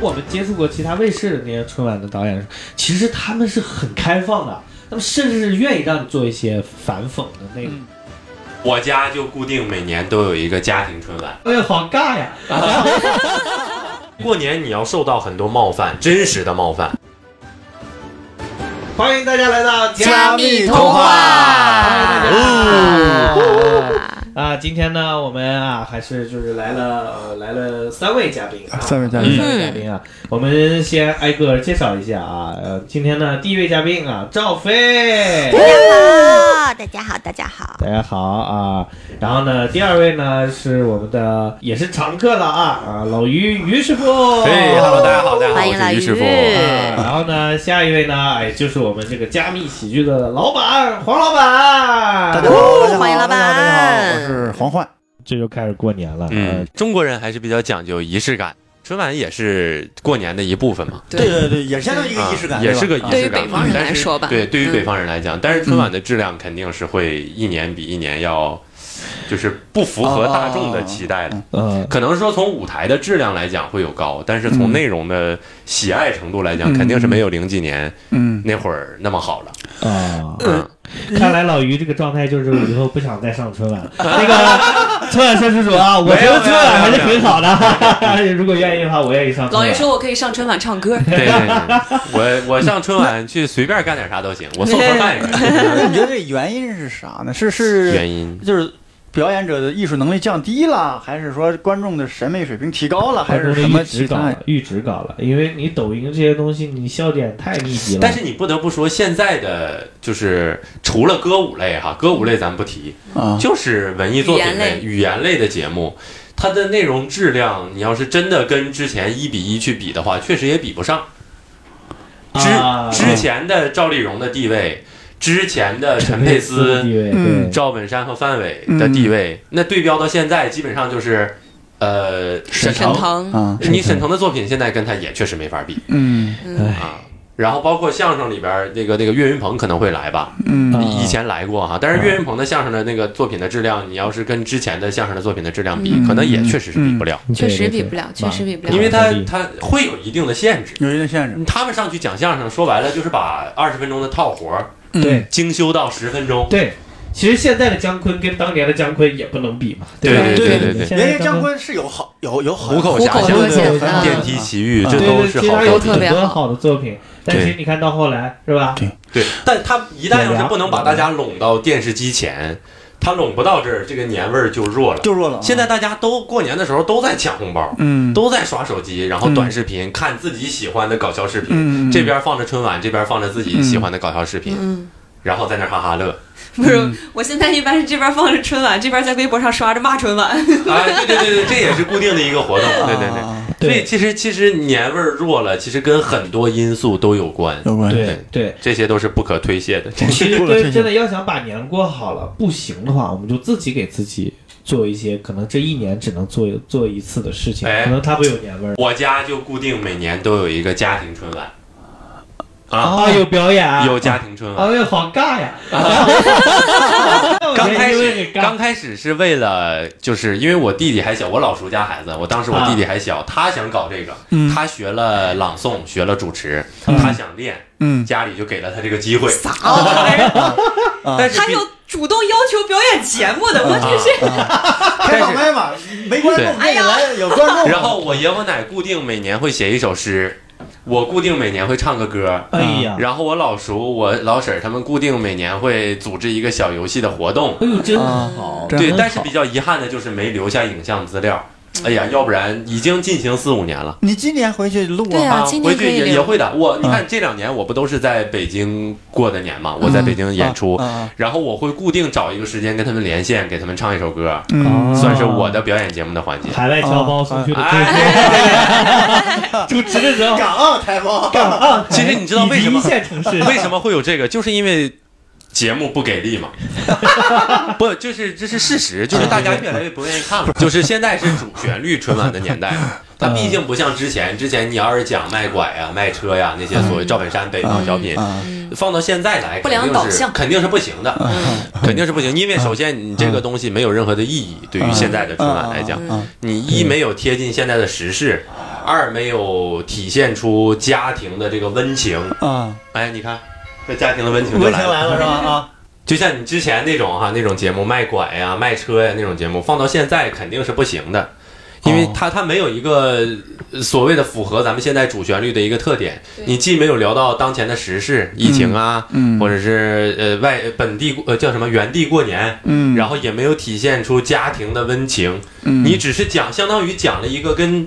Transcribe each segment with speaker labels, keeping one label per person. Speaker 1: 我们接触过其他卫视的那些春晚的导演，其实他们是很开放的，他们甚至是愿意让你做一些反讽的那种。
Speaker 2: 我家就固定每年都有一个家庭春晚。
Speaker 1: 哎呀，好尬呀！
Speaker 2: 过年你要受到很多冒犯，真实的冒犯。
Speaker 1: 欢迎大家来到
Speaker 3: 加密通
Speaker 1: 欢
Speaker 3: 话
Speaker 1: 迎大
Speaker 3: 哦
Speaker 1: 家啊，今天呢，我们啊还是就是来了、呃来了三位嘉宾、啊，
Speaker 3: 三位嘉
Speaker 2: 宾
Speaker 1: 三位嘉宾啊，我们先挨个介绍一下啊。呃，今天呢，第一位嘉宾啊，赵飞，
Speaker 3: 哦
Speaker 4: 大家好，大家好，
Speaker 1: 大家好啊。然后呢，第二位呢是我们的也是常客了啊啊，老于于师傅，
Speaker 2: 哎，Hello，大家好，大家好，
Speaker 4: 欢迎
Speaker 2: 我
Speaker 4: 老
Speaker 2: 是于师傅。
Speaker 1: 啊然后呢，下一位呢，哎，就是我们这个加密喜剧的老板黄老板，
Speaker 3: 大家好，大家好，
Speaker 4: 欢迎老板
Speaker 3: 大家好，我是黄焕。
Speaker 1: 这就开始过年了，
Speaker 2: 嗯，中国人还是比较讲究仪式感，春晚也是过年的一部分嘛，
Speaker 3: 对对对，也是相当于一个
Speaker 2: 啊
Speaker 3: 仪式感，
Speaker 2: 也
Speaker 3: 对
Speaker 2: 是
Speaker 3: 吧
Speaker 2: 个仪式
Speaker 5: 对于
Speaker 2: 感
Speaker 5: 北
Speaker 2: 嘛
Speaker 5: 方。人
Speaker 2: 但是
Speaker 5: 来说吧
Speaker 2: 对，对于
Speaker 5: 嗯
Speaker 2: 北方人来讲，但是春晚的质量肯定是会一年比一年要，就是不符合大众的期待的。
Speaker 1: 嗯，
Speaker 2: 可能说从舞台的质量来讲会有高，但是从内容的喜爱程度来讲，
Speaker 3: 嗯
Speaker 2: 肯定是没有零几年
Speaker 3: 嗯，
Speaker 2: 那会儿那么好了。
Speaker 1: 啊，
Speaker 2: 嗯，
Speaker 1: 看来老于这个状态就是以后不想再上春晚 了。那个春晚社事主啊，我觉得春晚还是很好的， 如果愿意的话，我愿意上春
Speaker 5: 老
Speaker 1: 晚
Speaker 5: 爷。说我可以上春晚唱歌，
Speaker 2: 对对对，我我上春晚去随便干点啥都行，我送盒饭也是。
Speaker 3: 那你觉得这原因是啥呢？是是
Speaker 2: 原因
Speaker 3: 就是表演者的艺术能力降低了，还是说观众的审美水平提高了，还是什么
Speaker 1: 预
Speaker 3: 其
Speaker 1: 制搞
Speaker 3: 他？
Speaker 1: 了，预制搞了，因为你抖音这些东西，你笑点太密集了。
Speaker 2: 但是你不得不说，现在的就是除了歌舞类哈，歌舞类咱不提，
Speaker 3: 啊，
Speaker 2: 就是文艺作品类、
Speaker 5: 语言类
Speaker 2: 语言类的节目，它的内容质量，你要是真的跟之前一比一去比的话，确实也比不上。之、
Speaker 1: 啊
Speaker 2: 之前的赵丽蓉的地位，之前的陈佩
Speaker 1: 地
Speaker 2: 斯、
Speaker 1: 位，
Speaker 3: 嗯
Speaker 1: 对，
Speaker 2: 赵本山和范伟的地位，那对标到现在，基本上就是，呃，
Speaker 5: 沈
Speaker 2: 腾，
Speaker 5: 腾，
Speaker 3: 啊，
Speaker 2: 你沈腾的作品现在跟他也确实没法比
Speaker 3: 嗯
Speaker 5: 嗯，
Speaker 2: 啊。然后包括相声里边儿那个那个岳云鹏可能会来吧，
Speaker 3: 嗯
Speaker 1: 啊
Speaker 2: 以前来过哈，但是岳云鹏的相声的那个作品的质量，你要是跟之前的相声的作品的质量比，
Speaker 3: 嗯
Speaker 2: 可能也确实是比不了，
Speaker 5: 确实比不了，确实比
Speaker 1: 嗯
Speaker 5: 不了
Speaker 2: 因。为他
Speaker 1: 马伊琍
Speaker 2: 他会有一定的限制。
Speaker 3: 有一定限制。
Speaker 2: 他们上去讲相声，说白了就是把二十分钟的套活儿
Speaker 1: 对
Speaker 2: 精修到十分钟。
Speaker 1: 对。其实现在的姜昆跟当年的姜昆也不能比嘛，吧？
Speaker 2: 对
Speaker 3: 对对
Speaker 2: 对对
Speaker 1: 现
Speaker 3: 嗯，
Speaker 1: 在
Speaker 3: 原来姜
Speaker 1: 姜
Speaker 3: 昆是有好有有好
Speaker 2: 虎口
Speaker 5: 虎
Speaker 2: 遐
Speaker 5: 口
Speaker 2: 想
Speaker 5: 脱
Speaker 3: 对
Speaker 5: 险
Speaker 3: 对
Speaker 5: 啊
Speaker 3: 对
Speaker 2: 电梯奇遇，
Speaker 1: 啊
Speaker 2: 这都
Speaker 1: 对对
Speaker 2: 是
Speaker 1: 其
Speaker 2: 好
Speaker 1: 他
Speaker 2: 作
Speaker 1: 有
Speaker 2: 品
Speaker 5: 特。别
Speaker 1: 很多
Speaker 5: 好
Speaker 1: 好的作品，但其实你看到后来是吧？
Speaker 2: 对，但他一旦要是不能把大家拢到电视机前，他拢不到这儿，这个年味儿就弱了。
Speaker 3: 就弱了。
Speaker 2: 现在，大家都过年的时候都在抢红包，
Speaker 3: 嗯，
Speaker 2: 都在刷手机，然后短视频看自己喜欢的搞笑视频，
Speaker 3: 嗯
Speaker 2: 这边放着春晚，这边放着自己喜欢的搞笑视频，
Speaker 5: 嗯，
Speaker 2: 然后在那儿哈哈乐。
Speaker 5: 不
Speaker 3: 嗯
Speaker 5: 是，我现在一般是这边放着春晚，这边在微博上刷着骂春晚。
Speaker 2: 啊，对对对对，这也是固定的一个活动。对对对。
Speaker 3: 啊
Speaker 2: 所以其实其实年味儿弱了，其实跟很多因素都有关，
Speaker 3: 有关系。
Speaker 1: 对对，
Speaker 2: 这些都是不可推卸的。
Speaker 1: 其实
Speaker 3: 过了
Speaker 1: 对，
Speaker 3: 这些
Speaker 1: 真的要想把年过好了，不行的话，我们就自己给自己做一些可能这一年只能做做一次的事情，
Speaker 2: 哎
Speaker 1: 可能它会有年味儿
Speaker 2: 我家就固定每年都有一个家庭春晚，啊，
Speaker 1: 啊，有表演啊，
Speaker 2: 有家庭春晚。
Speaker 1: 哎呀，好尬呀！
Speaker 2: 刚开
Speaker 1: 因为
Speaker 2: 始
Speaker 1: 你，尬
Speaker 2: 刚开始是为了，就是因为我弟弟还小，我老叔家孩子，我当时我弟弟还小，他想搞这个，
Speaker 3: 嗯
Speaker 2: 他学了朗诵，学了主持，
Speaker 1: 嗯
Speaker 2: 他想练，
Speaker 3: 嗯
Speaker 2: 家里就给了他这个机会。
Speaker 5: 啥玩意儿？
Speaker 1: 嗯
Speaker 2: 但是
Speaker 5: 还有主动要求表演节目的，我
Speaker 2: 啊
Speaker 5: 真是
Speaker 3: 开放麦嘛，没观众，那你来有观众。
Speaker 2: 哎然后我爷我奶固定每年会写一首诗，我固定每年会唱个歌，
Speaker 1: 哎呀，
Speaker 2: 然后我老叔、我老婶儿他们固定每年会组织一个小游戏的活动。
Speaker 1: 哎呦，真
Speaker 3: 啊
Speaker 1: 好，
Speaker 3: 真
Speaker 2: 对，
Speaker 3: 很
Speaker 2: 但是
Speaker 3: 好
Speaker 2: 比较遗憾的就是没留下影像资料。哎呀，要不然已经进行四五年了。
Speaker 3: 你今年回去录
Speaker 5: 对
Speaker 3: 啊？
Speaker 5: 啊
Speaker 2: 啊，
Speaker 5: 今
Speaker 2: 回
Speaker 5: 年可
Speaker 2: 去
Speaker 5: 以
Speaker 2: 也
Speaker 5: 留
Speaker 2: 也会的。我你看这两年我不都是在北京过的年嘛？我在北京演出，
Speaker 3: 啊啊
Speaker 2: 然后我会固定找一个时间跟他们连线，给他们唱一首歌，
Speaker 3: 嗯
Speaker 1: 啊
Speaker 2: 算是我的表演节目的环节。
Speaker 1: 海外侨胞送去的
Speaker 2: 哎
Speaker 1: 主持的 时候，
Speaker 3: 港澳台胞，
Speaker 1: 港澳台
Speaker 2: 啊其实你知道为什么
Speaker 1: 以及一线城 市
Speaker 2: 为什么会有这个？就是因为节目不给力 嘛，不就是这是事实，就是大家越来越不愿意看 了。就是现在是主旋律春晚的年代，它毕竟不像之前，之前你要是讲卖拐呀、卖车呀那些所谓赵本山、北方小品。
Speaker 3: 啊
Speaker 2: 放到现在来，
Speaker 5: 不良
Speaker 2: 肯定
Speaker 5: 导
Speaker 2: 是
Speaker 5: 向
Speaker 2: 肯定是不行
Speaker 3: 嗯
Speaker 2: 的，
Speaker 5: 嗯
Speaker 2: 肯定是不行。因为首先，你这个东西没有任何的意义，对于现在的春晚来讲，
Speaker 3: 嗯
Speaker 2: 你一没有贴近现在的时事，二没有体现出家庭的这个温情。
Speaker 1: 嗯
Speaker 3: 啊，
Speaker 2: 哎，你看，这家庭的温情
Speaker 3: 温
Speaker 2: 就
Speaker 3: 情
Speaker 2: 来了。
Speaker 3: 来了是吧？啊，
Speaker 2: 就像你之前那种哈、那种节目卖拐呀、卖车呀那种节目，放到现在肯定是不行的，因为
Speaker 3: 哦
Speaker 2: 它它没有一个呃所谓的符合咱们现在主旋律的一个特点。
Speaker 5: 对
Speaker 2: 你既没有聊到当前的时事、疫情啊，
Speaker 3: 嗯
Speaker 2: 或者是呃外本地呃叫什么原地过年，
Speaker 3: 嗯，
Speaker 2: 然后也没有体现出家庭的温情，
Speaker 3: 嗯
Speaker 2: 你只是讲相当于讲了一个跟。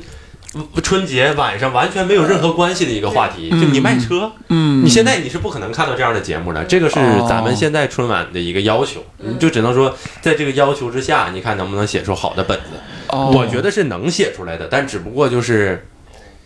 Speaker 2: 呃春节晚上完全没有任何关系的一个话题，
Speaker 3: 嗯
Speaker 2: 就你卖车，
Speaker 3: 嗯，
Speaker 2: 你现在你是不可能看到这样的节目的，这个是咱们现在春晚的一个要求，
Speaker 5: 嗯
Speaker 2: 你就只能说在这个要求之下，你看能不能写出好的本子。
Speaker 3: 哦，
Speaker 2: 我觉得是能写出来的，但只不过就是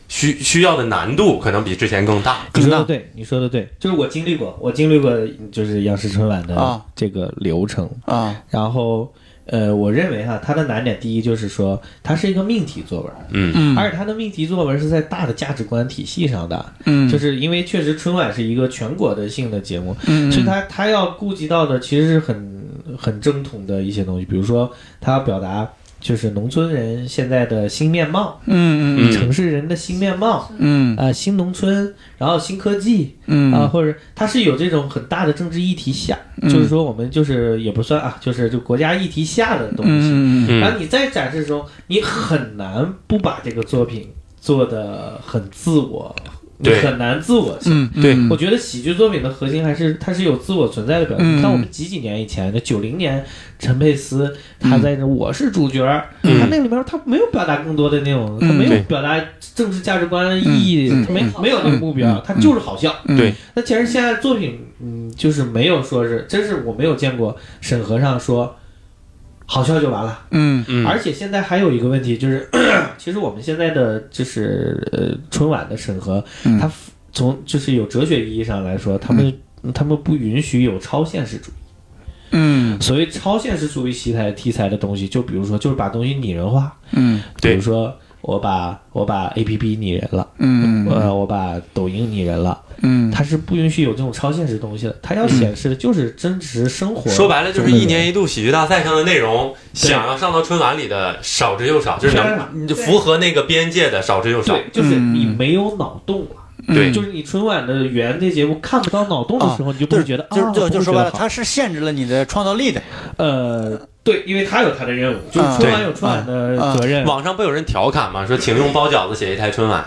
Speaker 2: 需需要的难度可能比之前更大。
Speaker 1: 你
Speaker 3: 更
Speaker 1: 说
Speaker 3: 大
Speaker 1: 的对，你说的对，就是我经历过，我经历过就是央视春晚的
Speaker 3: 啊
Speaker 1: 这个流程，
Speaker 3: 啊，
Speaker 1: 然后呃，我认为哈，它的难点第一就是说，它是一个命题作文，
Speaker 2: 嗯
Speaker 3: 嗯，
Speaker 1: 而且它的命题作文是在大的价值观体系上的，
Speaker 3: 嗯
Speaker 1: 就是因为确实春晚是一个全国的性的节目，
Speaker 3: 嗯
Speaker 1: 所以它它要顾及到的其实是很很正统的一些东西，比如说它要表达就是农村人现在的新面貌，
Speaker 3: 嗯嗯
Speaker 2: 嗯
Speaker 1: 城市人的新面貌，
Speaker 3: 嗯
Speaker 1: 呃，新农村，然后新科技，
Speaker 3: 嗯
Speaker 1: 啊，或者它是有这种很大的政治议题下，就是说我们就是也不算啊，就是就国家议题下的东西。
Speaker 3: 嗯
Speaker 1: 然
Speaker 2: 嗯
Speaker 1: 后你在展示中，你很难不把这个作品做得很自我，你
Speaker 2: 对
Speaker 1: 很难自我性。
Speaker 3: 嗯，
Speaker 1: 我觉得喜剧作品的核心还是它是有自我存在的表现。
Speaker 3: 嗯
Speaker 1: 你看我们几几年以前的九零年，陈佩斯
Speaker 3: 嗯
Speaker 1: 他在那我是主角，
Speaker 2: 嗯
Speaker 1: 他那里面他没有表达更多的那种，他
Speaker 3: 嗯
Speaker 1: 没
Speaker 2: 对
Speaker 1: 有表达政治价值观的意义，
Speaker 3: 嗯嗯
Speaker 1: 他没
Speaker 5: 嗯
Speaker 1: 没有那个目标，他就是好笑。
Speaker 2: 对，
Speaker 1: 那其实现在作品，嗯，就是没有说是，真是我没有见过审核上说好笑就完了。
Speaker 3: 嗯
Speaker 1: 而
Speaker 2: 嗯
Speaker 1: 且现在还有一个问题就是， 其实我们现在的就是呃春晚的审核，
Speaker 3: 嗯
Speaker 1: 它从就是有哲学意义上来说，他们、他们不允许有超现实主义。
Speaker 3: 嗯
Speaker 1: 所谓超现实主义题材题材的东西，就比如说就是把东西拟人化，
Speaker 3: 嗯
Speaker 1: 比
Speaker 2: 对
Speaker 1: 如说我把我把 A P P 拟人了，
Speaker 3: 嗯
Speaker 1: 呃，我把抖音拟人了。
Speaker 3: 嗯，
Speaker 1: 它是不允许有这种超现实东西的，它要显示的就是真实生活。
Speaker 2: 说白了就是一年一度喜剧大赛上的内容，想要上到春晚里的少之又少，就是能你符合那个边界的少之又少
Speaker 1: 对。，就是
Speaker 3: 嗯
Speaker 1: 你没有脑洞了。
Speaker 2: 对
Speaker 1: 就是你春晚的原这节目看不到脑洞的时候，你就不
Speaker 3: 就
Speaker 1: 会
Speaker 3: 是
Speaker 1: 觉得啊，
Speaker 3: 就就
Speaker 1: 不会
Speaker 3: 就说
Speaker 1: 觉得
Speaker 3: 白了，
Speaker 1: 好
Speaker 3: 它是限制了你的创造力的。
Speaker 1: 呃，对，因为他有他的任务，就是
Speaker 3: 啊
Speaker 1: 春晚有春晚的责任。
Speaker 2: 网上不有人调侃吗？说请用包饺子写一台春晚，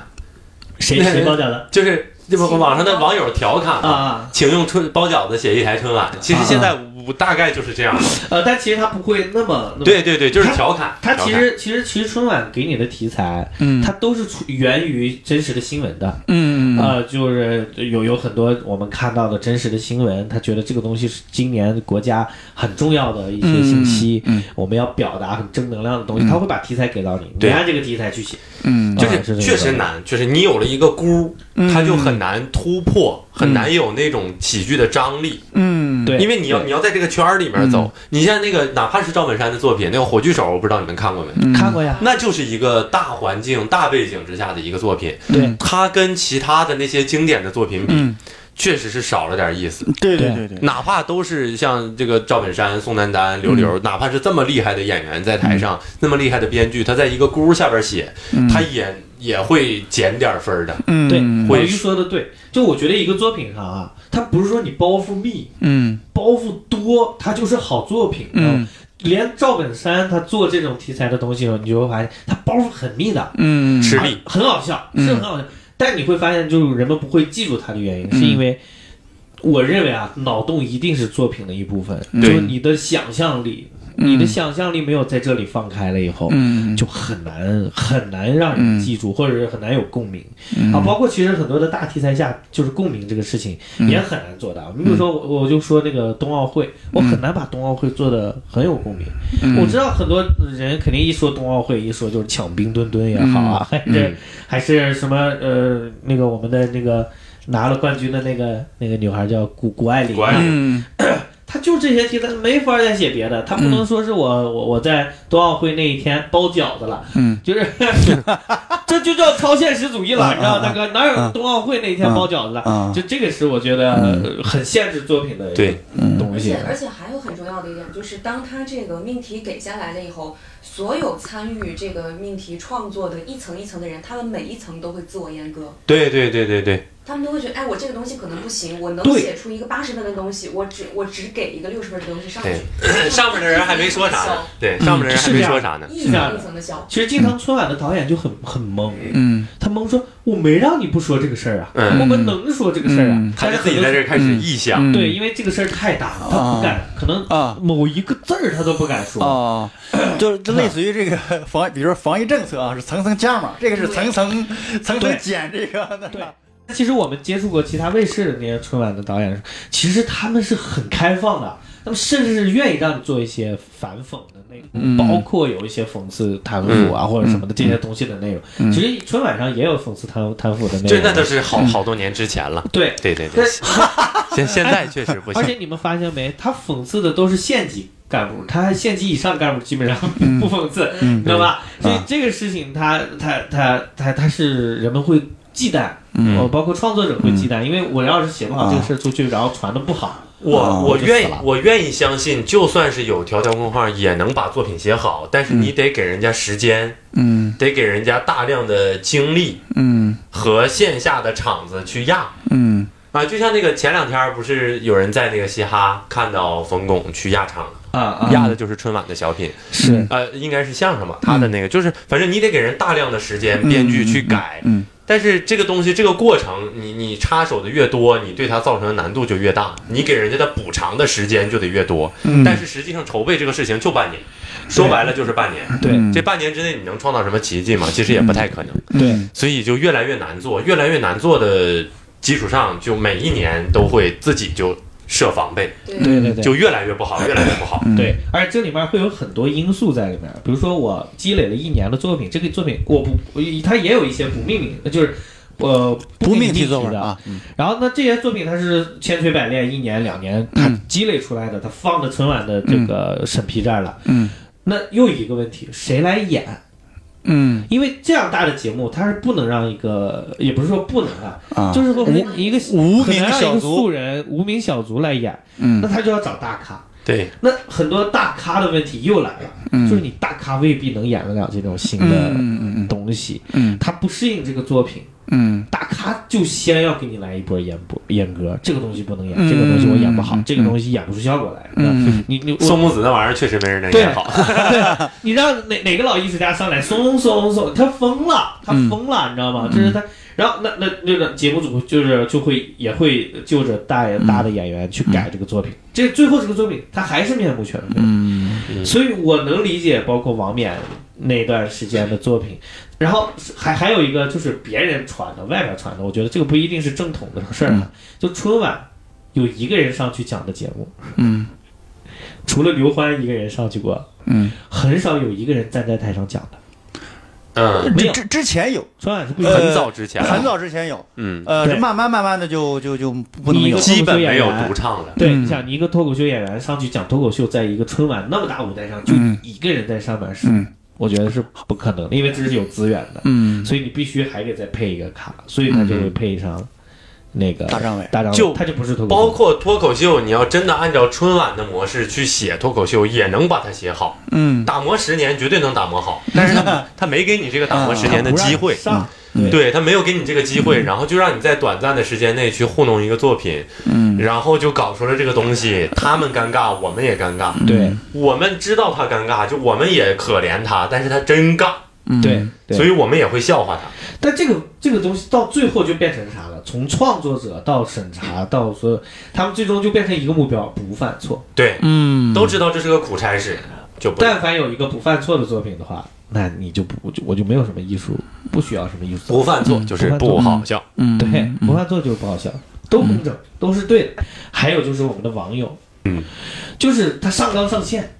Speaker 1: 谁谁包饺子
Speaker 2: 就是这不网上的网友调侃嘛。
Speaker 1: 啊？
Speaker 2: 请用春包饺子写一台春晚。其实现在我大概就是这样的。
Speaker 1: 呃，但其实他不会那么。那么
Speaker 2: 对对对，就是调侃。
Speaker 1: 他
Speaker 2: 调侃
Speaker 1: 其实其实其实春晚给你的题材，
Speaker 3: 嗯
Speaker 1: 它都是出源于真实的新闻的。
Speaker 3: 嗯
Speaker 1: 呃，就是有有很多我们看到的真实的新闻，他觉得这个东西是今年国家很重要的一些信息，
Speaker 3: 嗯
Speaker 1: 我们要表达很正能量的东西，他会把题材给到你，你
Speaker 2: 对
Speaker 1: 按这个题材去写。
Speaker 3: 嗯
Speaker 1: 就
Speaker 2: 就是确实难，就是你有了一个箍，
Speaker 3: 嗯
Speaker 2: 它就很难突破，很难有那种喜剧的张力，
Speaker 3: 嗯
Speaker 1: 对，
Speaker 2: 因为你要你要在这个圈儿里面走。你像那个哪怕是赵本山的作品，那个《火炬手》，我不知道你们看过
Speaker 3: 嗯
Speaker 2: 没？
Speaker 1: 看过呀，
Speaker 2: 那就是一个大环境、大背景之下的一个作品，
Speaker 1: 对，
Speaker 2: 它跟其他的那些经典的作品比，
Speaker 3: 嗯，
Speaker 2: 确实是少了点意思。
Speaker 3: 对对对对，
Speaker 2: 哪怕都是像这个赵本山、宋丹丹、刘刘，哪怕是这么厉害的演员在台上，那么厉害的编剧，他在一个箍下边写，他也也会减点分儿的。
Speaker 3: 嗯
Speaker 1: 对，
Speaker 2: 会
Speaker 1: 老于说的对，就我觉得一个作品上啊，它不是说你包袱密、
Speaker 3: 嗯
Speaker 1: 包袱多，它就是好作品。啊
Speaker 3: 嗯，
Speaker 1: 连赵本山他做这种题材的东西的时候，你就会发现他包袱很密的，
Speaker 3: 嗯
Speaker 2: 吃
Speaker 1: 啊
Speaker 2: 力，
Speaker 1: 很好笑，
Speaker 3: 嗯
Speaker 1: 是很好笑。但你会发现，就是人们不会记住它的原因，
Speaker 3: 嗯
Speaker 1: 是因为我认为啊，脑洞一定是作品的一部分，
Speaker 3: 嗯对
Speaker 1: 就是你的想象力，你的想象力没有在这里放开了以后，
Speaker 3: 嗯
Speaker 1: 就很难很难让人记住，或者是很难有共鸣、
Speaker 3: 嗯
Speaker 1: 啊。包括其实很多的大题材下，就是共鸣这个事情也很难做到。你比如说，我我就说那个冬奥会，我很难把冬奥会做的很有共鸣。
Speaker 3: 嗯
Speaker 1: 我知道很多人肯定一说冬奥会，一说就是抢冰墩墩也好啊，还是、 还是什么呃那个我们的那个拿了冠军的那个那个女孩叫谷谷爱凌啊，
Speaker 2: 谷爱凌
Speaker 3: 嗯
Speaker 1: 他就这些题材没法再写别的，他不
Speaker 2: 嗯
Speaker 1: 能说是我、我我在冬奥会那一天包饺子了，
Speaker 3: 嗯，
Speaker 1: 就是 这就叫超现实主义了，
Speaker 2: 啊
Speaker 3: 嗯
Speaker 1: 你知道大哥哪有
Speaker 3: 嗯
Speaker 1: 冬奥会那一天包饺子了？
Speaker 3: 啊
Speaker 1: 就这个是我觉得呃很限制作品的
Speaker 2: 嗯对嗯
Speaker 1: 东
Speaker 5: 而
Speaker 1: 西
Speaker 5: 嗯且，而且还有很重要的一点，就就是当他这个命题给下来了以后，所有参与这个命题创作的一层一层的人，他们每一层都会自我阉割，
Speaker 2: 对对对对对，
Speaker 5: 他们都会觉得，哎，我这个东西可能不行，我能
Speaker 1: 对
Speaker 5: 写出一个八十分的东西，我只我只给一个六十分的东西上去，
Speaker 2: 上面的人还没说啥呢，对，上面的人还没说啥呢，
Speaker 5: 一层一层的消。
Speaker 1: 其实经常春晚的导演就很很懵，
Speaker 3: 嗯，
Speaker 1: 他懵说：“我没让你不说这个事儿啊，
Speaker 2: 嗯
Speaker 1: 我们能说这个事儿啊
Speaker 3: 嗯。”
Speaker 2: 他
Speaker 1: 但
Speaker 2: 就是自
Speaker 1: 很
Speaker 2: 己
Speaker 1: 多
Speaker 2: 在这儿开始臆想，
Speaker 3: 嗯
Speaker 1: 对，因为这个事儿太大了，他不敢，可能
Speaker 3: 啊
Speaker 1: 某一个字儿他都不敢说。
Speaker 3: 啊， 就是就类似于这个 防，比如说防疫政策啊，是层层加码，这个是层层层层减这个的。
Speaker 1: 对其实我们接触过其他卫视的那些春晚的导演，其实他们是很开放的，他们甚至是愿意让你做一些反讽的内容，
Speaker 3: 嗯
Speaker 1: 包括有一些讽刺贪腐啊、或者什么的这些东西的内容。
Speaker 3: 嗯
Speaker 1: 其实春晚上也有讽刺贪贪腐的内容，
Speaker 2: 这那都是好好多年之前了，
Speaker 1: 对。
Speaker 2: 对对对，现现在确实不
Speaker 1: 而
Speaker 2: 行，
Speaker 1: 且你们发现没，他讽刺的都是县级干部，他还县级以上干部基本上 不讽刺，
Speaker 3: 嗯
Speaker 1: 知道吧？所以
Speaker 3: 啊
Speaker 1: 这个事情他，他他他他他是人们会忌惮，
Speaker 3: 嗯
Speaker 1: 我包括创作者会忌惮，因为我要是写不好
Speaker 3: 啊
Speaker 1: 这个事儿出去，然后传的不好，
Speaker 2: 我
Speaker 3: 啊
Speaker 2: 我
Speaker 1: 就
Speaker 2: 愿
Speaker 1: 死了
Speaker 2: 我愿意相信，就算是有条条框框，也能把作品写好，但是你得给人家时间，
Speaker 3: 嗯
Speaker 2: 得给人家大量的精力
Speaker 3: 嗯
Speaker 2: 和线下的场子去压。
Speaker 3: 嗯
Speaker 2: 啊，就像那个前两天儿不是有人在那个嘻哈看到冯巩去压场，
Speaker 1: 啊嗯
Speaker 3: 嗯
Speaker 1: 啊，
Speaker 2: 压的就是春晚的小品，
Speaker 1: 是
Speaker 2: 呃，应该是相声吧，他的那个就是，反正你得给人大量的时间，编剧去改。
Speaker 3: 嗯
Speaker 2: 但是这个东西，这个过程，你你插手的越多，你对它造成的难度就越大，你给人家的补偿的时间就得越多。
Speaker 3: 嗯
Speaker 2: 但是实际上筹备这个事情就半年，说白了就是半年。
Speaker 1: 对
Speaker 3: 嗯
Speaker 2: 这半年之内你能创造什么奇迹吗？其实也不太可能，
Speaker 1: 对
Speaker 3: 嗯
Speaker 2: 所以就越来越难做，越来越难做的基础上，就每一年都会自己就设防备，
Speaker 5: 对，
Speaker 1: 对对。
Speaker 2: 就越来越不好，越来越不
Speaker 3: 嗯
Speaker 2: 好。
Speaker 1: 嗯对，而且这里面会有很多因素在里面，比如说我积累了一年的作品，这个作品我不，我它也有一些不命名，就是呃
Speaker 3: 不
Speaker 1: 命
Speaker 3: 命题作
Speaker 1: 作
Speaker 3: 文
Speaker 1: 的
Speaker 3: 啊，嗯
Speaker 1: 然后呢，这些作品它是千锤百炼，一年两年它
Speaker 3: 嗯
Speaker 1: 积累出来的，它放到春晚的这个审批这儿了。
Speaker 3: 嗯
Speaker 1: 那又一个问题，谁来演？
Speaker 3: 嗯
Speaker 1: 因为这样大的节目，它是不能让一个，也不是说不能啊，
Speaker 3: 啊，
Speaker 1: 就是说
Speaker 3: 无
Speaker 1: 一个
Speaker 3: 无
Speaker 1: 很
Speaker 3: 名
Speaker 1: 难让一
Speaker 3: 小
Speaker 1: 个
Speaker 3: 卒，
Speaker 1: 素人、无名小卒来演，
Speaker 3: 嗯
Speaker 1: 那他就要找大咖。
Speaker 2: 对，
Speaker 1: 那很多大咖的问题又来了，
Speaker 3: 嗯
Speaker 1: 就是你大咖未必能演得了这种新的
Speaker 3: 嗯嗯嗯
Speaker 1: 东西，
Speaker 3: 嗯
Speaker 1: 他不适应这个作品，
Speaker 3: 嗯
Speaker 1: 大咖就先要给你来一波演播演歌，这个东西不能演，
Speaker 3: 嗯
Speaker 1: 这个东西我演不好，
Speaker 3: 嗯
Speaker 1: 这个东西演不出效果来。
Speaker 3: 嗯
Speaker 1: 你你
Speaker 2: 宋
Speaker 1: 我，
Speaker 2: 公子那玩意儿确实没人能
Speaker 1: 对
Speaker 2: 演好。
Speaker 1: 你让哪哪个老艺术家上来怂怂怂，他疯了，他疯了，
Speaker 3: 嗯
Speaker 1: 你知道吗？就是他，然后那那那个节目组就是就会也会就着大
Speaker 3: 嗯
Speaker 1: 大的演员去改这个作品，这最后这个作品他还是面目全非。
Speaker 3: 嗯
Speaker 1: 所以我能理解，包括王冕那段时间的作品，然后还还有一个就是别人传的、外边传的，我觉得这个不一定是正统的事儿啊。就春晚有一个人上去讲的节目，
Speaker 3: 嗯
Speaker 1: 除了刘欢一个人上去过，
Speaker 3: 嗯，
Speaker 1: 很少有一个人站在台上讲的。
Speaker 2: 嗯，
Speaker 1: 没
Speaker 3: 之
Speaker 1: 有
Speaker 3: 之之前有，
Speaker 1: 春晚是
Speaker 3: 呃
Speaker 1: 不一样的，
Speaker 2: 很早之前了，啊
Speaker 3: 很早之前有，
Speaker 2: 嗯，
Speaker 3: 呃，
Speaker 1: 对
Speaker 3: 这慢慢慢慢的就就就不能有
Speaker 1: 你，
Speaker 2: 基本没有独唱了。
Speaker 1: 对，
Speaker 3: 嗯
Speaker 1: 你想你一个脱口秀演员上去讲脱口秀，在一个春晚那么大舞台上，就
Speaker 3: 嗯
Speaker 1: 一个人在上面是，
Speaker 3: 嗯
Speaker 1: 我觉得是不可能的，因为这是有资源的。
Speaker 3: 嗯，
Speaker 1: 所以你必须还得再配一个卡，所以他就会配上那个
Speaker 3: 大张伟
Speaker 1: 大张伟，
Speaker 2: 就
Speaker 1: 他就不是脱口
Speaker 2: 包
Speaker 1: 秀，
Speaker 2: 括脱口秀，你要真的按照春晚的模式去写脱口秀，也能把它写好。
Speaker 3: 嗯
Speaker 2: 打磨十年绝对能打磨好，但是他他没给你这个打磨十年的机会，
Speaker 1: 上
Speaker 3: 嗯
Speaker 2: 对他没有给你这个机会，然后就让你在短暂的时间内去糊弄一个作品，
Speaker 3: 嗯
Speaker 2: 然后就搞出了这个东西，他们尴尬，我们也尴尬，
Speaker 1: 对
Speaker 2: 我们知道他尴尬，就我们也可怜他，但是他真尬，
Speaker 3: 嗯
Speaker 1: 对，对，
Speaker 2: 所以我们也会笑话他。
Speaker 1: 但这个这个东西到最后就变成啥了？从创作者到审查到所有，他们最终就变成一个目标，不犯错。
Speaker 2: 对，
Speaker 3: 嗯
Speaker 2: 都知道这是个苦差事，就不
Speaker 1: 但凡有一个不犯错的作品的话，那你就不我就我就没有什么艺术，不需要什么艺术作
Speaker 2: 不
Speaker 1: 品。
Speaker 2: 犯错就是嗯不好笑。
Speaker 3: 嗯
Speaker 1: 对，不犯错就是不好笑，都工整，都是对的。还有就是我们的网友，
Speaker 2: 嗯，
Speaker 1: 就是他上纲上线，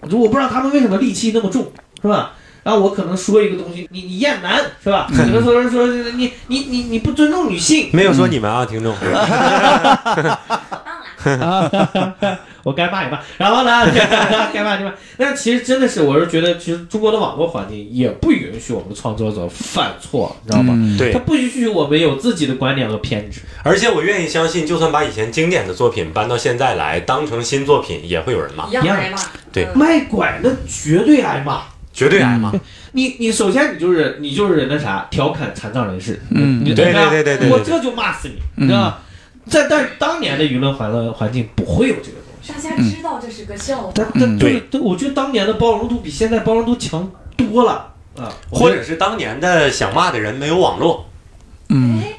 Speaker 1: 我就我不知道他们为什么戾气那么重，是吧？然后我可能说一个东西，你你厌男是吧？ 可能说说你你你你不尊重女性，
Speaker 2: 嗯没有说你们啊，听众，
Speaker 5: 棒啦！
Speaker 1: 啊，我该骂也骂，然后呢， 该骂就骂。但其实真的是，我是觉得，其实中国的网络环境也不允许我们创作者犯错，你知道吗？
Speaker 3: 嗯
Speaker 2: 对
Speaker 1: 他，不允许我们有自己的观点和偏执。
Speaker 2: 而且我愿意相信，就算把以前经典的作品搬到现在来，当成新作品，也会有人骂
Speaker 5: 一，样挨骂。
Speaker 2: 对
Speaker 5: 嗯
Speaker 1: 卖拐那绝对挨骂。
Speaker 2: 绝
Speaker 3: 嗯
Speaker 2: 对啊挨骂。
Speaker 1: 你你首先你就是你就是那啥调侃残障人士，
Speaker 3: 嗯
Speaker 1: 你
Speaker 2: 对对对对对
Speaker 1: 我
Speaker 2: 对
Speaker 1: 这就骂死你，你知道吗？在但是当年的舆论环乐环境不会有这个东西，
Speaker 5: 大家知道这是个笑话，
Speaker 1: 但但
Speaker 3: 嗯
Speaker 1: 对对，我觉得当年的包容度比现在包容度强多了啊，
Speaker 2: 或者是当年的想骂的人没有网络，
Speaker 3: 嗯，
Speaker 5: 哎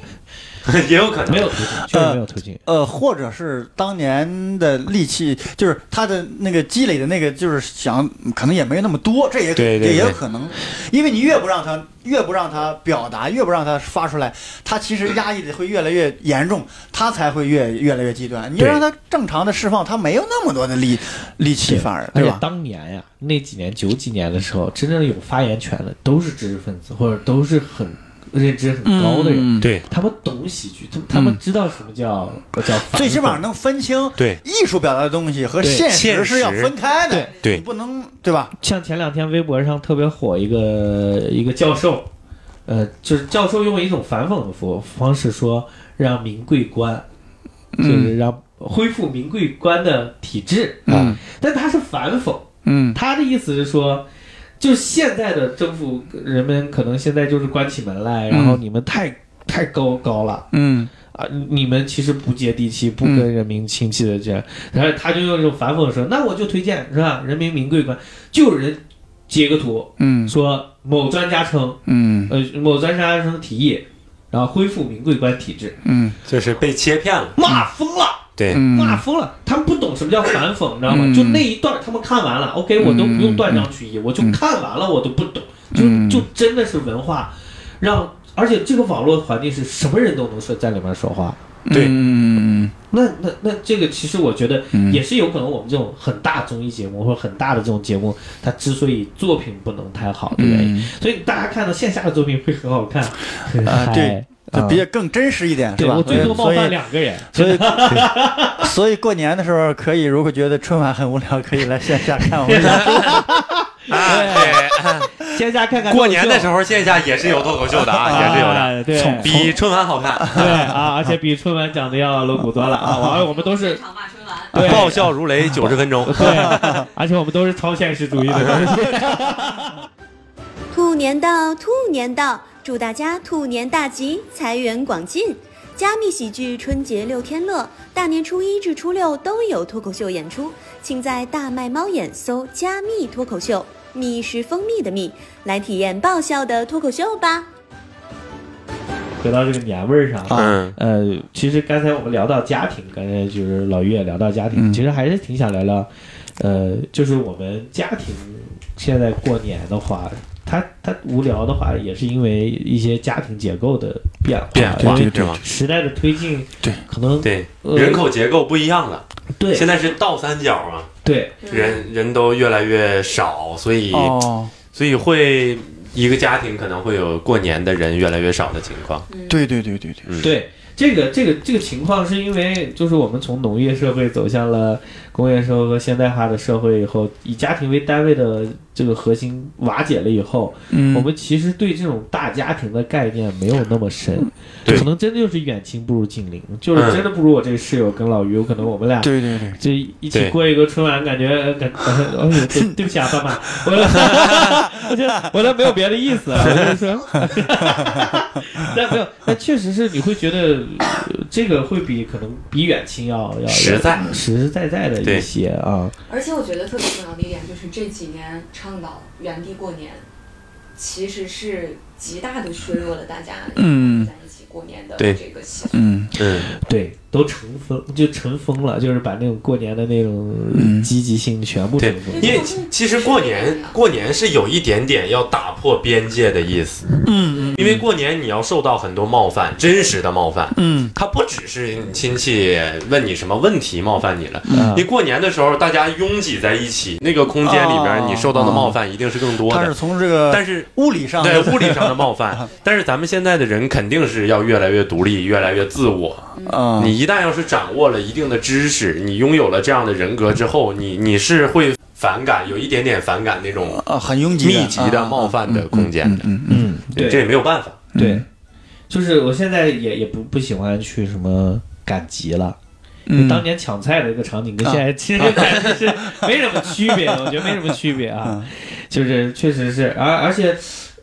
Speaker 2: 也有可
Speaker 1: 没
Speaker 2: 能。
Speaker 1: 有推进，确实没有推进。
Speaker 3: 呃，或者是当年的戾气，就是他的那个积累的那个，就是想可能也没那么多，这也
Speaker 2: 对对
Speaker 3: 也有
Speaker 2: 对
Speaker 3: 可
Speaker 5: 嗯
Speaker 3: 能，因为你越不让他，越不让他表达，越不让他发出来，他其实压抑的会越来越严重，他才会越越来越极端。你
Speaker 2: 对
Speaker 3: 让他正常的释放，他没有那么多的力力气，反而
Speaker 1: 而
Speaker 3: 对
Speaker 1: 且
Speaker 3: 吧？
Speaker 1: 当年呀，那几年九几年的时候，真正有发言权的都是知识分子，或者都是很认知很高的人，
Speaker 3: 嗯
Speaker 2: 对
Speaker 1: 他们懂喜剧，他们他们知道什么叫叫反讽，
Speaker 3: 最起码能分清
Speaker 2: 对
Speaker 3: 艺术表达的东西和
Speaker 1: 对
Speaker 3: 现实是要
Speaker 2: 现实
Speaker 3: 分开的，
Speaker 2: 对
Speaker 3: 你不能对吧？
Speaker 1: 像前两天微博上特别火一个一个教授，呃，就是教授用一种反讽的方方式说，让民贵官，就是让恢复民贵官的体制啊、
Speaker 3: 嗯嗯
Speaker 1: 但他是反讽，
Speaker 3: 嗯
Speaker 1: 他的意思是说。就现在的政府，人们可能现在就是关起门来，然后你们太太高高了，
Speaker 3: 嗯
Speaker 1: 啊，你们其实不接地气，不跟人民亲戚的这样，然后他就用这种反讽说，那我就推荐是吧？人民名贵观，就有人截个图
Speaker 3: 嗯
Speaker 1: 说某专家称，
Speaker 3: 嗯
Speaker 1: 呃，某专家称提议，然后恢复名贵观体制，
Speaker 3: 嗯
Speaker 2: 就是被切骗了。
Speaker 1: 骂疯了，
Speaker 2: 对，
Speaker 1: 骂疯了，他们不懂什么叫反讽，你知道吗？
Speaker 3: 嗯
Speaker 1: 就那一段他们看完了，OK，我都不用断章取义，我就看完了，我都不懂，
Speaker 3: 嗯
Speaker 1: 就就真的是文化，让而且这个网络环境是什么人都能说在里面说话。
Speaker 2: 对
Speaker 3: 嗯
Speaker 1: 那那那这个其实我觉得
Speaker 3: 嗯
Speaker 1: 也是有可能，我们这种很大综艺节目或者很大的这种节目，它之所以作品不能太好的原因，
Speaker 3: 嗯
Speaker 1: 所以大家看到线下的作品会很好看，很
Speaker 3: 啊
Speaker 1: 嗨
Speaker 3: 对，
Speaker 1: 啊
Speaker 3: 就比较更真实一点，是
Speaker 1: 对
Speaker 3: 吧？嗯
Speaker 1: 我最多冒
Speaker 3: 所以
Speaker 1: 犯两个人，
Speaker 3: 所 以所以过年的时候可以，如果觉得春晚很无聊，可以来线下看我 们的。
Speaker 2: 哎，
Speaker 1: 线下看看
Speaker 2: 过年的时
Speaker 1: 候
Speaker 2: 候线下也是有脱口秀的啊，也是有的，
Speaker 1: 对
Speaker 3: 从
Speaker 2: 比春晚好看，
Speaker 1: 对啊，而且比春晚讲的要露骨多了啊，而我们都是
Speaker 5: 这场骂春晚，
Speaker 1: 对啊
Speaker 2: 爆笑如雷九十分钟。
Speaker 1: 对，而且我们都是超现实主义的东西。
Speaker 4: 兔年到，兔年到，祝大家兔年大吉，财源广进。加密喜剧春节六天乐，大年初一至初六都有脱口秀演出，请在大麦猫眼搜“加密脱口秀”，蜜是蜂蜜的蜜，来体验爆笑的脱口秀吧。
Speaker 1: 回到这个年味儿上，
Speaker 2: 嗯，
Speaker 1: 呃，其实刚才我们聊到家庭，刚才就是老岳聊到家庭，
Speaker 3: 嗯
Speaker 1: 其实还是挺想聊聊，呃，就是我们家庭现在过年的话，它它无聊的话，也是因为一些家庭结构的变化，
Speaker 2: 变化
Speaker 1: 因为
Speaker 2: 对吧
Speaker 1: 时代的推进，
Speaker 3: 对，
Speaker 1: 可能
Speaker 2: 对，
Speaker 1: 呃
Speaker 2: 人口结构不一样了，
Speaker 1: 对
Speaker 2: 现在是倒三角嘛，
Speaker 1: 对
Speaker 5: 嗯
Speaker 2: 人人都越来越少，所以
Speaker 3: 哦，
Speaker 2: 所以会一个家庭可能会有过年的人越来越少的情况。
Speaker 3: 对对对对对，
Speaker 2: 嗯，
Speaker 1: 对。这个这个这个情况是因为，就是我们从农业社会走向了工业社会和现代化的社会以后，以家庭为单位的这个核心瓦解了以后，
Speaker 3: 嗯
Speaker 1: 我们其实对这种大家庭的概念没有那么深，
Speaker 2: 嗯对嗯
Speaker 1: 可能真的就是远亲不如近邻，就是真的不如我这个室友跟老于，有可能我们俩。
Speaker 3: 对对对，
Speaker 1: 这一起
Speaker 2: 对
Speaker 1: 过一个春晚，感觉呃感，呃哎呦，对对不起啊，爸妈， 我我这我这没有别的意思啊，我就是说， 但没有，但确实是你会觉得呃这个会比可能比远亲要要
Speaker 2: 实在
Speaker 1: 要实实在在的一
Speaker 2: 对
Speaker 1: 些啊，
Speaker 5: 而且我觉得特别重要的一点就是这几年倡导原地过年，其实是极大的削弱了大家
Speaker 3: 嗯
Speaker 5: 在一起过年的
Speaker 2: 对
Speaker 5: 这个习俗。
Speaker 3: 嗯
Speaker 2: 嗯，
Speaker 1: 对，都尘封，就尘封了，就是把那种过年的那种
Speaker 3: 嗯
Speaker 1: 积极性全部尘
Speaker 2: 对
Speaker 1: 封。，
Speaker 2: 因为其其实过年过年是有一点点要打破边界的意思，
Speaker 3: 嗯
Speaker 2: 因为过年你要受到很多冒犯，真实的冒犯。
Speaker 3: 嗯
Speaker 2: 它不只是你亲戚问你什么问题冒犯你了，
Speaker 1: 啊
Speaker 2: 你过年的时候大家拥挤在一起，那个空间里边
Speaker 3: 哦
Speaker 2: 你受到的冒犯一定是更
Speaker 3: 嗯，
Speaker 2: 多
Speaker 3: 他是
Speaker 2: 的。
Speaker 3: 从这个
Speaker 2: 但是
Speaker 3: 物理上
Speaker 2: 对物理上的啊冒 犯。但是咱们现在的人肯定是要越来越独立，越来越自我。
Speaker 3: 啊，
Speaker 2: 你一旦要是掌握了一定的知识，你拥有了这样的人格之后，你你是会反感，有一点点反感那种
Speaker 3: 啊很拥挤
Speaker 2: 密集的冒犯的空间的。
Speaker 3: 嗯嗯
Speaker 1: 嗯，对
Speaker 2: 这也没有办法。
Speaker 3: 嗯
Speaker 1: 对，就是我现在也也不不喜欢去什么赶集了。
Speaker 3: 嗯，
Speaker 1: 当年抢菜的一个场景跟
Speaker 3: 啊
Speaker 1: 现在其实跟感觉是没什么区 别，我觉得没什么区别啊
Speaker 3: 啊，
Speaker 1: 就是确实是，而而且，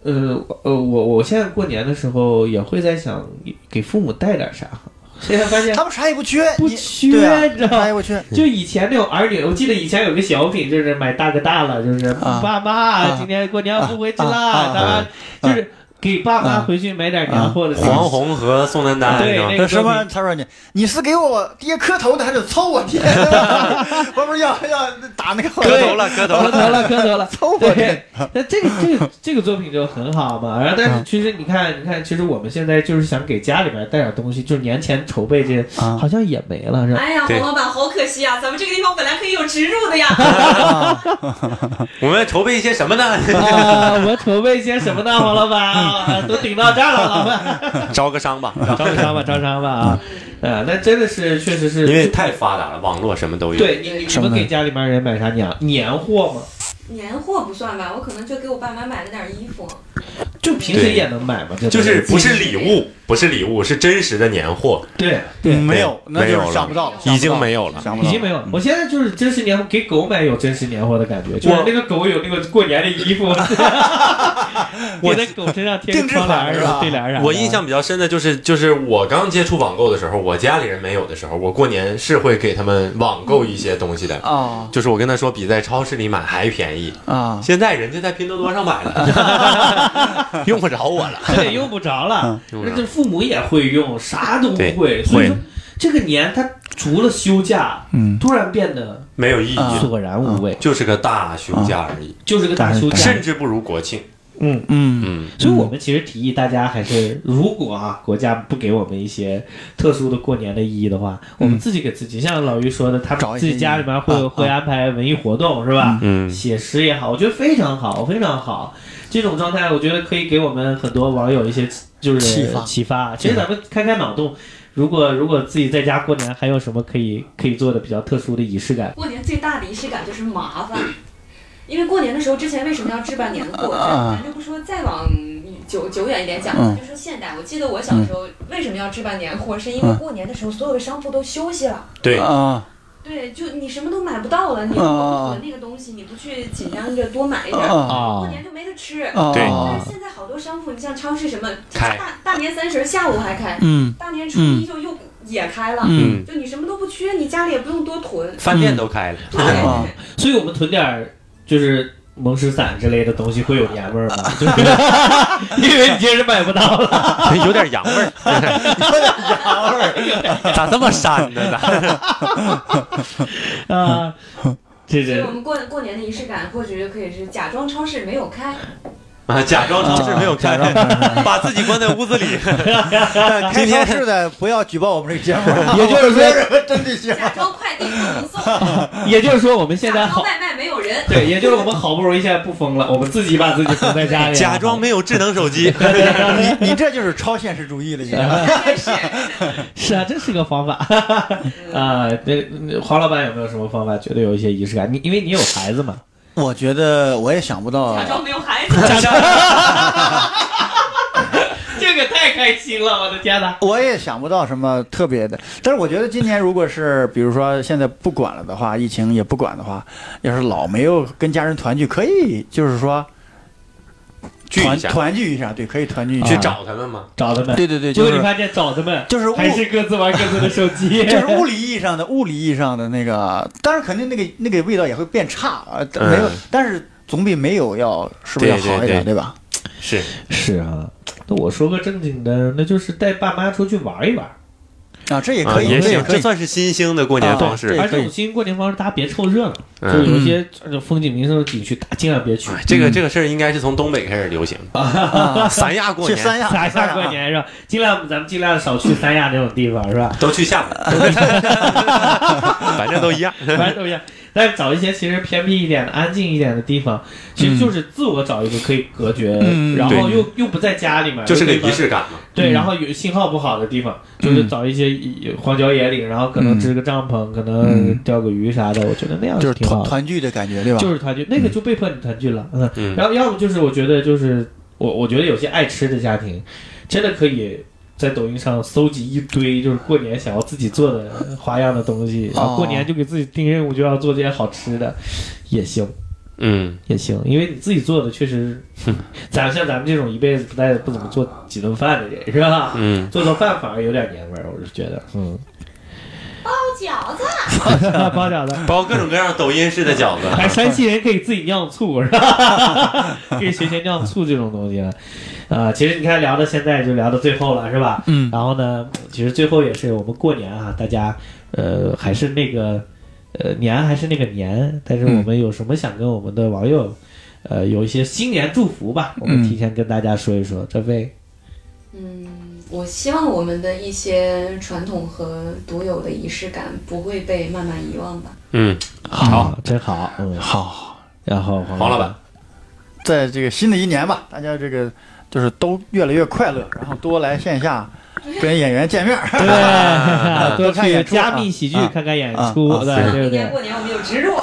Speaker 1: 呃呃，我我现在过年的时候也会在想给父母带点啥，现在发现
Speaker 3: 他们啥也不缺，
Speaker 1: 不
Speaker 3: 你
Speaker 1: 缺
Speaker 3: 对啊
Speaker 1: 你知道吗
Speaker 3: 啥也不缺，
Speaker 1: 就以前那种儿女，我记得以前有个小品，就是买大哥大了，就是、
Speaker 3: 啊
Speaker 1: 爸妈、
Speaker 3: 啊
Speaker 1: 今天过年不回去啦，
Speaker 3: 啊啊啊
Speaker 1: 咱们、就是给爸妈
Speaker 3: 啊
Speaker 1: 回去买点年货的、
Speaker 2: 黄 宏和宋丹丹，
Speaker 1: 对
Speaker 2: 是吧
Speaker 1: 那个
Speaker 3: 那什么？他说你你是给我爹磕头的，还是抽我爹？ 我不是要要打那个
Speaker 2: 磕头了，磕头
Speaker 1: 磕
Speaker 2: 了。
Speaker 1: 头了，磕头了。
Speaker 3: 抽 我爹
Speaker 1: 对，那这个这个这个作品就很好嘛。然后，但是
Speaker 3: 啊
Speaker 1: 其实你看，你看，其实我们现在就是想给家里边带点东西，就是年前筹备这些，
Speaker 3: 啊
Speaker 1: 好像也没了，是吧？
Speaker 5: 哎呀，
Speaker 2: 对
Speaker 5: 黄老板，好可惜啊！咱们这个地方本来可以有植入的呀。
Speaker 3: 啊！
Speaker 2: 我们筹备一些什么呢？
Speaker 1: 啊，我们筹备一些什么呢，黄老板啊？都顶到这儿了，老板，
Speaker 2: 招个 商吧，
Speaker 1: 招商吧，招商吧啊！呃，那真的是，确实是，
Speaker 2: 因为太发达了，网络什么都有。
Speaker 1: 对你你
Speaker 3: 什么
Speaker 1: 们
Speaker 3: 呢
Speaker 1: 给家里面人买啥年年货吗？
Speaker 5: 年货不算吧，我可能就给我爸妈买了点衣服。
Speaker 1: 就平时也能买吗？这
Speaker 2: 就
Speaker 1: 东西
Speaker 2: 是不是礼物，不是礼物，是真实的年货，
Speaker 1: 对
Speaker 3: 嗯
Speaker 1: 对。
Speaker 3: 没有，那
Speaker 2: 没有
Speaker 3: 就
Speaker 2: 了
Speaker 3: 是想不到了，
Speaker 2: 已经没有了。
Speaker 3: 想不
Speaker 1: 已
Speaker 3: 到了，
Speaker 1: 经没有
Speaker 2: 嗯
Speaker 1: 了，嗯我现在就是真实年货，给狗买有真实年货的感觉，就是
Speaker 2: 我
Speaker 1: 那个狗有那个过年的衣服，
Speaker 2: 我
Speaker 1: 我在狗身上贴个
Speaker 3: 定制
Speaker 1: 窗帘
Speaker 3: 款
Speaker 1: 儿
Speaker 3: 是啊 吧
Speaker 1: 对联儿啊啥的。
Speaker 2: 我印象比较深的就是，就是我刚接触网购的时候，我家里人没有的时候，我过年是会给他们网购一些东西的。
Speaker 3: 啊
Speaker 2: 就是我跟他说，比在超市里买还便宜。
Speaker 3: 啊！
Speaker 2: 现在人家在拼多多上买了， 用不着我了。
Speaker 1: 这也用不着了，
Speaker 2: 嗯
Speaker 1: 那这父母也会用，啥都
Speaker 2: 对
Speaker 1: 会，所以说
Speaker 2: 会
Speaker 1: 这个年他除了休假，
Speaker 3: 嗯
Speaker 1: 突然变得
Speaker 2: 没有意义，
Speaker 3: 啊
Speaker 1: 索然无味，
Speaker 2: 就是个大休假而已，
Speaker 1: 就是个大休假
Speaker 2: 甚。至不如国庆。
Speaker 1: 嗯，
Speaker 3: 嗯
Speaker 2: 嗯，
Speaker 1: 所以我们其实提议大家还是，如果啊国家不给我们一些特殊的过年的意义的话，我们自己给自己，像老于说的，他
Speaker 3: 嗯找
Speaker 1: 们
Speaker 3: 一
Speaker 1: 自
Speaker 3: 些
Speaker 1: 己家里面会、
Speaker 3: 意义啊
Speaker 1: 会
Speaker 3: 啊
Speaker 1: 安排文艺活动是吧？
Speaker 2: 嗯
Speaker 1: 写诗也好，我觉得非常好，非常好。这种状态，我觉得可以给我们很多网友一些就是
Speaker 3: 启发嗯
Speaker 1: 启发。其实咱们开开脑洞，如果如果自己在家过年，还有什么可以可以做的比较特殊的仪式感？
Speaker 5: 过年最大的仪式感就是麻烦，因为过年的时候之前为什么要置办年货？
Speaker 3: 啊
Speaker 5: 咱就不说再往久久远一点讲，
Speaker 3: 嗯
Speaker 5: 就说现代。我记得我小时候为什么要置办年货，是因为
Speaker 3: 嗯
Speaker 5: 过年的时候所有的商铺都休息了。
Speaker 2: 对，
Speaker 3: 啊
Speaker 5: 对，就你什么都买不到了，你如果不囤那个东西，你不去尽量的多买一点，
Speaker 3: 啊
Speaker 1: 啊
Speaker 5: 过年就没得吃。
Speaker 3: 啊！
Speaker 2: 对
Speaker 5: 但是现在好多商铺，你像超市什么，
Speaker 2: 开
Speaker 5: 大大年三十下午还开，
Speaker 3: 嗯
Speaker 5: 大年初一就又也开了，
Speaker 3: 嗯
Speaker 5: 就你什么都不缺，你家里也不用多囤。
Speaker 2: 饭店都开了。
Speaker 5: 对，
Speaker 3: 啊
Speaker 1: 所以我们囤点儿就是蒙石散之类的东西，会有年 味儿吗？就是因为你确实买不到 了。
Speaker 2: 有点洋味 儿，
Speaker 3: 羊味儿
Speaker 2: 咋这么膻呢？咋？
Speaker 1: 啊，这
Speaker 5: 所以
Speaker 1: 是
Speaker 5: 我们过过年的仪式感，或许就可以是假装超市没 有开，
Speaker 2: 啊，假装超市没有
Speaker 3: 啊
Speaker 2: 开， 把自己关在屋子里。今
Speaker 3: 开超
Speaker 2: 天
Speaker 3: 市的不要举报我们这个节目，
Speaker 1: 也就是说
Speaker 3: 我们没有人针对性。
Speaker 5: 假装快递不能送，假
Speaker 1: 也就是说我们 现在
Speaker 5: 装
Speaker 1: 好。
Speaker 5: 外卖没 有人。
Speaker 1: 对，也就是我们好不容易现在不疯了，我们自己把自己封在家里，
Speaker 2: 假装没有智能手机。
Speaker 3: 你你这就是超现实主义了，已经。
Speaker 5: 但是，
Speaker 1: 是啊，这是个方法
Speaker 5: 嗯
Speaker 1: 啊。那那黄老板有没有什么方法？觉得有一些仪式感？你因为你有孩子嘛，
Speaker 3: 我觉得我也想不到
Speaker 1: 哦
Speaker 5: 假装没有孩 子，
Speaker 1: 这个太开心了，我的天哪！
Speaker 3: 我也想不到什么特别的，但是我觉得今年如果是比如说现在不管了的话，疫情也不管的话，要是老没有跟家人团聚，可以就是说
Speaker 2: 聚
Speaker 3: 团
Speaker 2: 一下，
Speaker 3: 团聚一下，对，可以团聚一
Speaker 2: 去
Speaker 3: 下。啊
Speaker 2: 找他们嘛。
Speaker 1: 找他们，
Speaker 3: 对对对，
Speaker 1: 结
Speaker 3: 就
Speaker 1: 果你
Speaker 3: 是
Speaker 1: 发现找他们
Speaker 3: 就是物
Speaker 1: 还是各自玩各自的手机，
Speaker 3: 就是物理意义上的物理意义上的那个，当然肯定那个那个味道也会变差啊，
Speaker 2: 嗯
Speaker 3: 没有，但是总比没有要是不是要好一
Speaker 2: 对对
Speaker 3: 点，
Speaker 2: 对
Speaker 3: 对吧？
Speaker 2: 是，
Speaker 1: 是啊，那我说个正经的，那就是带爸妈出去玩一玩。
Speaker 3: 啊，这也
Speaker 2: 啊
Speaker 3: 可以，
Speaker 2: 也
Speaker 3: 这
Speaker 2: 行，
Speaker 3: 可
Speaker 2: 这
Speaker 3: 以。
Speaker 2: 算是新兴的过年
Speaker 3: 啊
Speaker 2: 方
Speaker 3: 对
Speaker 2: 式。
Speaker 3: 也
Speaker 1: 而
Speaker 3: 可
Speaker 1: 且
Speaker 3: 以
Speaker 1: 我新过年方式，大家别凑热闹，
Speaker 2: 嗯
Speaker 1: 就是有一些呃风景名胜的景区，大尽量别
Speaker 3: 嗯
Speaker 1: 去。
Speaker 2: 哎这个这个事儿应该是从东北开始流行的，
Speaker 3: 啊
Speaker 2: 三亚过
Speaker 3: 去
Speaker 2: 年
Speaker 3: 三亚，
Speaker 1: 三
Speaker 3: 三
Speaker 1: 亚过年是吧？尽量咱们尽量少去三亚这种地方是 吧？
Speaker 2: 都去厦门，反正都一样。
Speaker 1: 反正都一样。但是找一些其实偏僻一点的、安静一点的地方，其实就是自我找一个可以隔绝，
Speaker 3: 嗯
Speaker 1: 然后
Speaker 2: 对
Speaker 1: 又又不在家里面，
Speaker 2: 就是个
Speaker 1: 又可以
Speaker 2: 仪式感嘛。
Speaker 1: 对，
Speaker 3: 嗯
Speaker 1: 然后有信号不好的地方，就是找一些呃荒郊野岭，然后可能支个帐篷，可能钓个鱼啥的，我觉得那样
Speaker 3: 嗯就是
Speaker 1: 挺
Speaker 3: 团
Speaker 1: 好的，
Speaker 3: 团聚的感觉，对吧？
Speaker 1: 就是团聚，那个就被迫你团聚了，嗯，
Speaker 2: 嗯，
Speaker 1: 然后要么就是我觉得就是我我觉得有些爱吃的家庭，真的可以。在抖音上搜集一堆就是过年想要自己做的花样的东西，然后过年就给自己定任务，就要做这些好吃的，也行
Speaker 2: 嗯，
Speaker 1: 也行，因为你自己做的确实，咱像咱们这种一辈子不带不怎么做几顿饭的人是吧？
Speaker 2: 嗯，
Speaker 1: 做做饭反而有点年味儿，我是觉得，嗯，
Speaker 4: 包饺子，
Speaker 1: 包饺子。
Speaker 2: 包括各种各样抖音式的饺子。
Speaker 1: 哎， 山西人可以自己酿醋是吧？ 可以学学酿醋这种东西了，啊、其实你看聊到现在就聊到最后了是吧？
Speaker 3: 嗯
Speaker 1: 然后呢，其实最后也是我们过年啊，大家呃还是那个呃年还是那个年，但是
Speaker 3: 嗯
Speaker 1: 我们有什么想跟我们的网友呃有一些新年祝福吧，我
Speaker 3: 嗯
Speaker 1: 们提前跟大家说一说。这位
Speaker 5: 嗯，我希望我们的一些传统和独有的仪式感不会被慢慢遗忘吧。
Speaker 2: 嗯，
Speaker 1: 好、真好，嗯，
Speaker 3: 好，
Speaker 1: 然后
Speaker 2: 黄老板，
Speaker 3: 在这个新的一年吧，大家这个就是都越来越快乐，然后多来线下跟演员见面儿。
Speaker 1: 对，多
Speaker 3: 多看
Speaker 1: 去
Speaker 3: 演出
Speaker 1: 加密喜剧
Speaker 3: 啊
Speaker 1: 看看演
Speaker 3: 啊
Speaker 1: 出，
Speaker 3: 啊
Speaker 1: 对哎对
Speaker 5: 今
Speaker 1: 不对
Speaker 5: 年？过年我们有植入，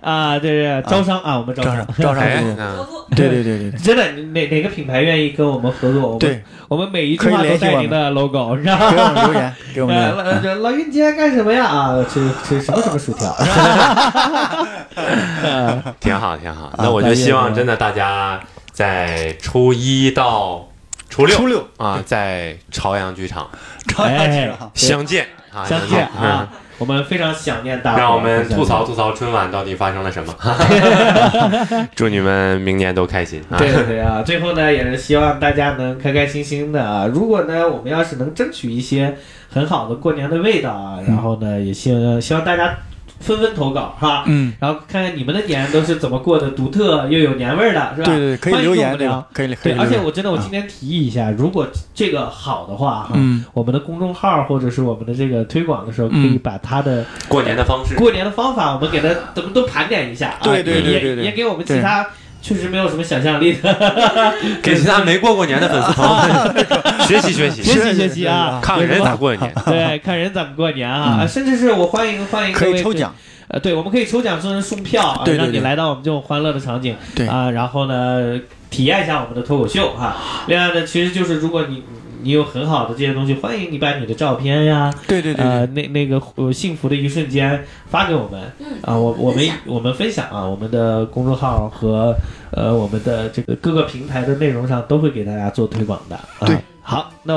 Speaker 1: 啊，对对，招商啊，我们招
Speaker 3: 招
Speaker 1: 商
Speaker 3: 商。，招商
Speaker 2: 哎，
Speaker 5: 合
Speaker 3: 对，
Speaker 2: 嗯
Speaker 5: 作
Speaker 3: 对对对对 对
Speaker 1: 真的，哪哪个品牌愿意跟我们合作？我们
Speaker 3: 对，
Speaker 1: 我们每一句话
Speaker 3: 可以
Speaker 1: 都
Speaker 3: 联系我
Speaker 1: 带
Speaker 3: 们
Speaker 1: 您的 logo，然
Speaker 3: 给我
Speaker 1: 后
Speaker 3: 们留 言，给我们
Speaker 1: 呃，
Speaker 3: 留言。
Speaker 1: 老这老云今天干什么呀？啊，吃吃什么什么薯条？
Speaker 3: 啊
Speaker 1: 呃
Speaker 2: 挺好，挺好。那我就希望真的大家在初一到初六
Speaker 3: 初六
Speaker 2: 啊，在朝阳剧场
Speaker 3: 张大
Speaker 1: 哎
Speaker 3: 志啊，
Speaker 2: 相见啊，
Speaker 1: 相见
Speaker 2: 嗯
Speaker 1: 啊，我们非常想念大伙儿，啊
Speaker 2: 让我们吐槽
Speaker 1: 非
Speaker 2: 吐槽春晚到底发生了什 么。祝你们明年都开心
Speaker 1: 常
Speaker 2: 啊
Speaker 1: 想！念。对对对啊！最后呢，也是希望大家能开开心心的啊。如果呢，我们要是能争取一些很好的过年的味道啊，然后呢，也希望希望大家纷纷投稿哈。
Speaker 3: 嗯，
Speaker 1: 然后看看你们的年都是怎么过的，独特又有年味儿的，是吧？
Speaker 3: 对对，对可以
Speaker 1: 欢迎
Speaker 3: 留
Speaker 1: 跟我
Speaker 3: 言，
Speaker 1: 们
Speaker 3: 对
Speaker 1: 聊
Speaker 3: 吧？可以可以
Speaker 1: 对，嗯
Speaker 3: 留言。
Speaker 1: 而且我真的，我今天提议一下，如果这个好的话，哈，
Speaker 3: 嗯
Speaker 1: 我们的公众号或者是我们的这个推广的时候，可
Speaker 3: 嗯
Speaker 1: 以把它的
Speaker 2: 过年的方式，
Speaker 1: 过年的方法，我们给它咱们都盘点一下啊，
Speaker 3: 对对对
Speaker 1: 也
Speaker 3: 对对
Speaker 1: 也给我们其他确实没有什么想象力的
Speaker 2: 给其他没过过年的粉丝朋友们 学习学习，
Speaker 1: 学习学习啊，
Speaker 2: 看看人咋过年。
Speaker 1: 对，看人怎么过年啊，啊甚至是我欢迎欢迎
Speaker 3: 可
Speaker 1: 各
Speaker 3: 以
Speaker 1: 位
Speaker 3: 抽奖，
Speaker 1: 呃，对，我们可以抽奖送人送票啊，
Speaker 3: 对对
Speaker 1: 让你
Speaker 3: 对
Speaker 1: 来到我们这种欢乐的场景，
Speaker 3: 对
Speaker 1: 啊，然后呢，体验一下我们的脱口秀哈。另外呢，其实就是如果你你有很好的这些东西，欢迎你把你的照片呀，
Speaker 3: 对对对
Speaker 1: 呃，
Speaker 3: 对，
Speaker 1: 那那个呃幸福的一瞬间发给我们
Speaker 5: 嗯
Speaker 1: 啊，我我们
Speaker 5: 分享
Speaker 1: 我们分享啊，我们的公众号和呃我们的这个各个平台的内容上都会给大家做推广的。啊、
Speaker 3: 对，
Speaker 1: 好，那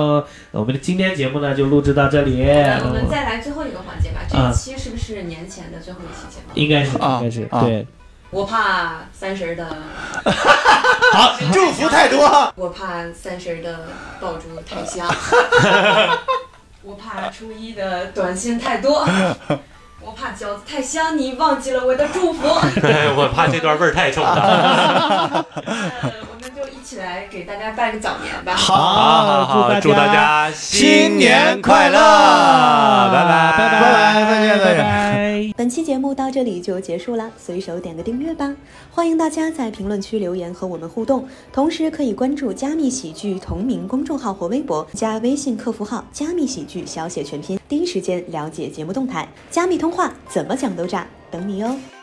Speaker 1: 我们的今天节目呢就录制到这里，
Speaker 5: 那我
Speaker 1: 那
Speaker 5: 们再来最后一个环节吧。这
Speaker 1: 啊
Speaker 5: 一期是不是年前的最后一期节目？
Speaker 1: 应该是应
Speaker 3: 啊
Speaker 1: 该是、
Speaker 3: 啊
Speaker 1: 对。
Speaker 5: 我怕三十儿的，
Speaker 3: 祝福太多，
Speaker 5: 我怕三十儿的爆竹太 香，我怕初一的短信太多，我怕饺子太香，你忘记了我的祝福。
Speaker 2: 我怕这段味儿太重了。
Speaker 5: 呃，我们就一起来给大家拜个早年吧。
Speaker 2: 好好好，祝大家新年快乐，拜拜
Speaker 1: 拜
Speaker 3: 拜拜再见再
Speaker 1: 拜
Speaker 3: 见
Speaker 1: 拜。
Speaker 4: 本期节目到这里就结束了，随手点个订阅吧。欢迎大家在评论区留言和我们互动，同时可以关注加密喜剧同名公众号或微博，加微信客服号“加密喜剧”小写全拼，第一时间了解节目动态。加密通话怎么讲都炸，等你哟、哦！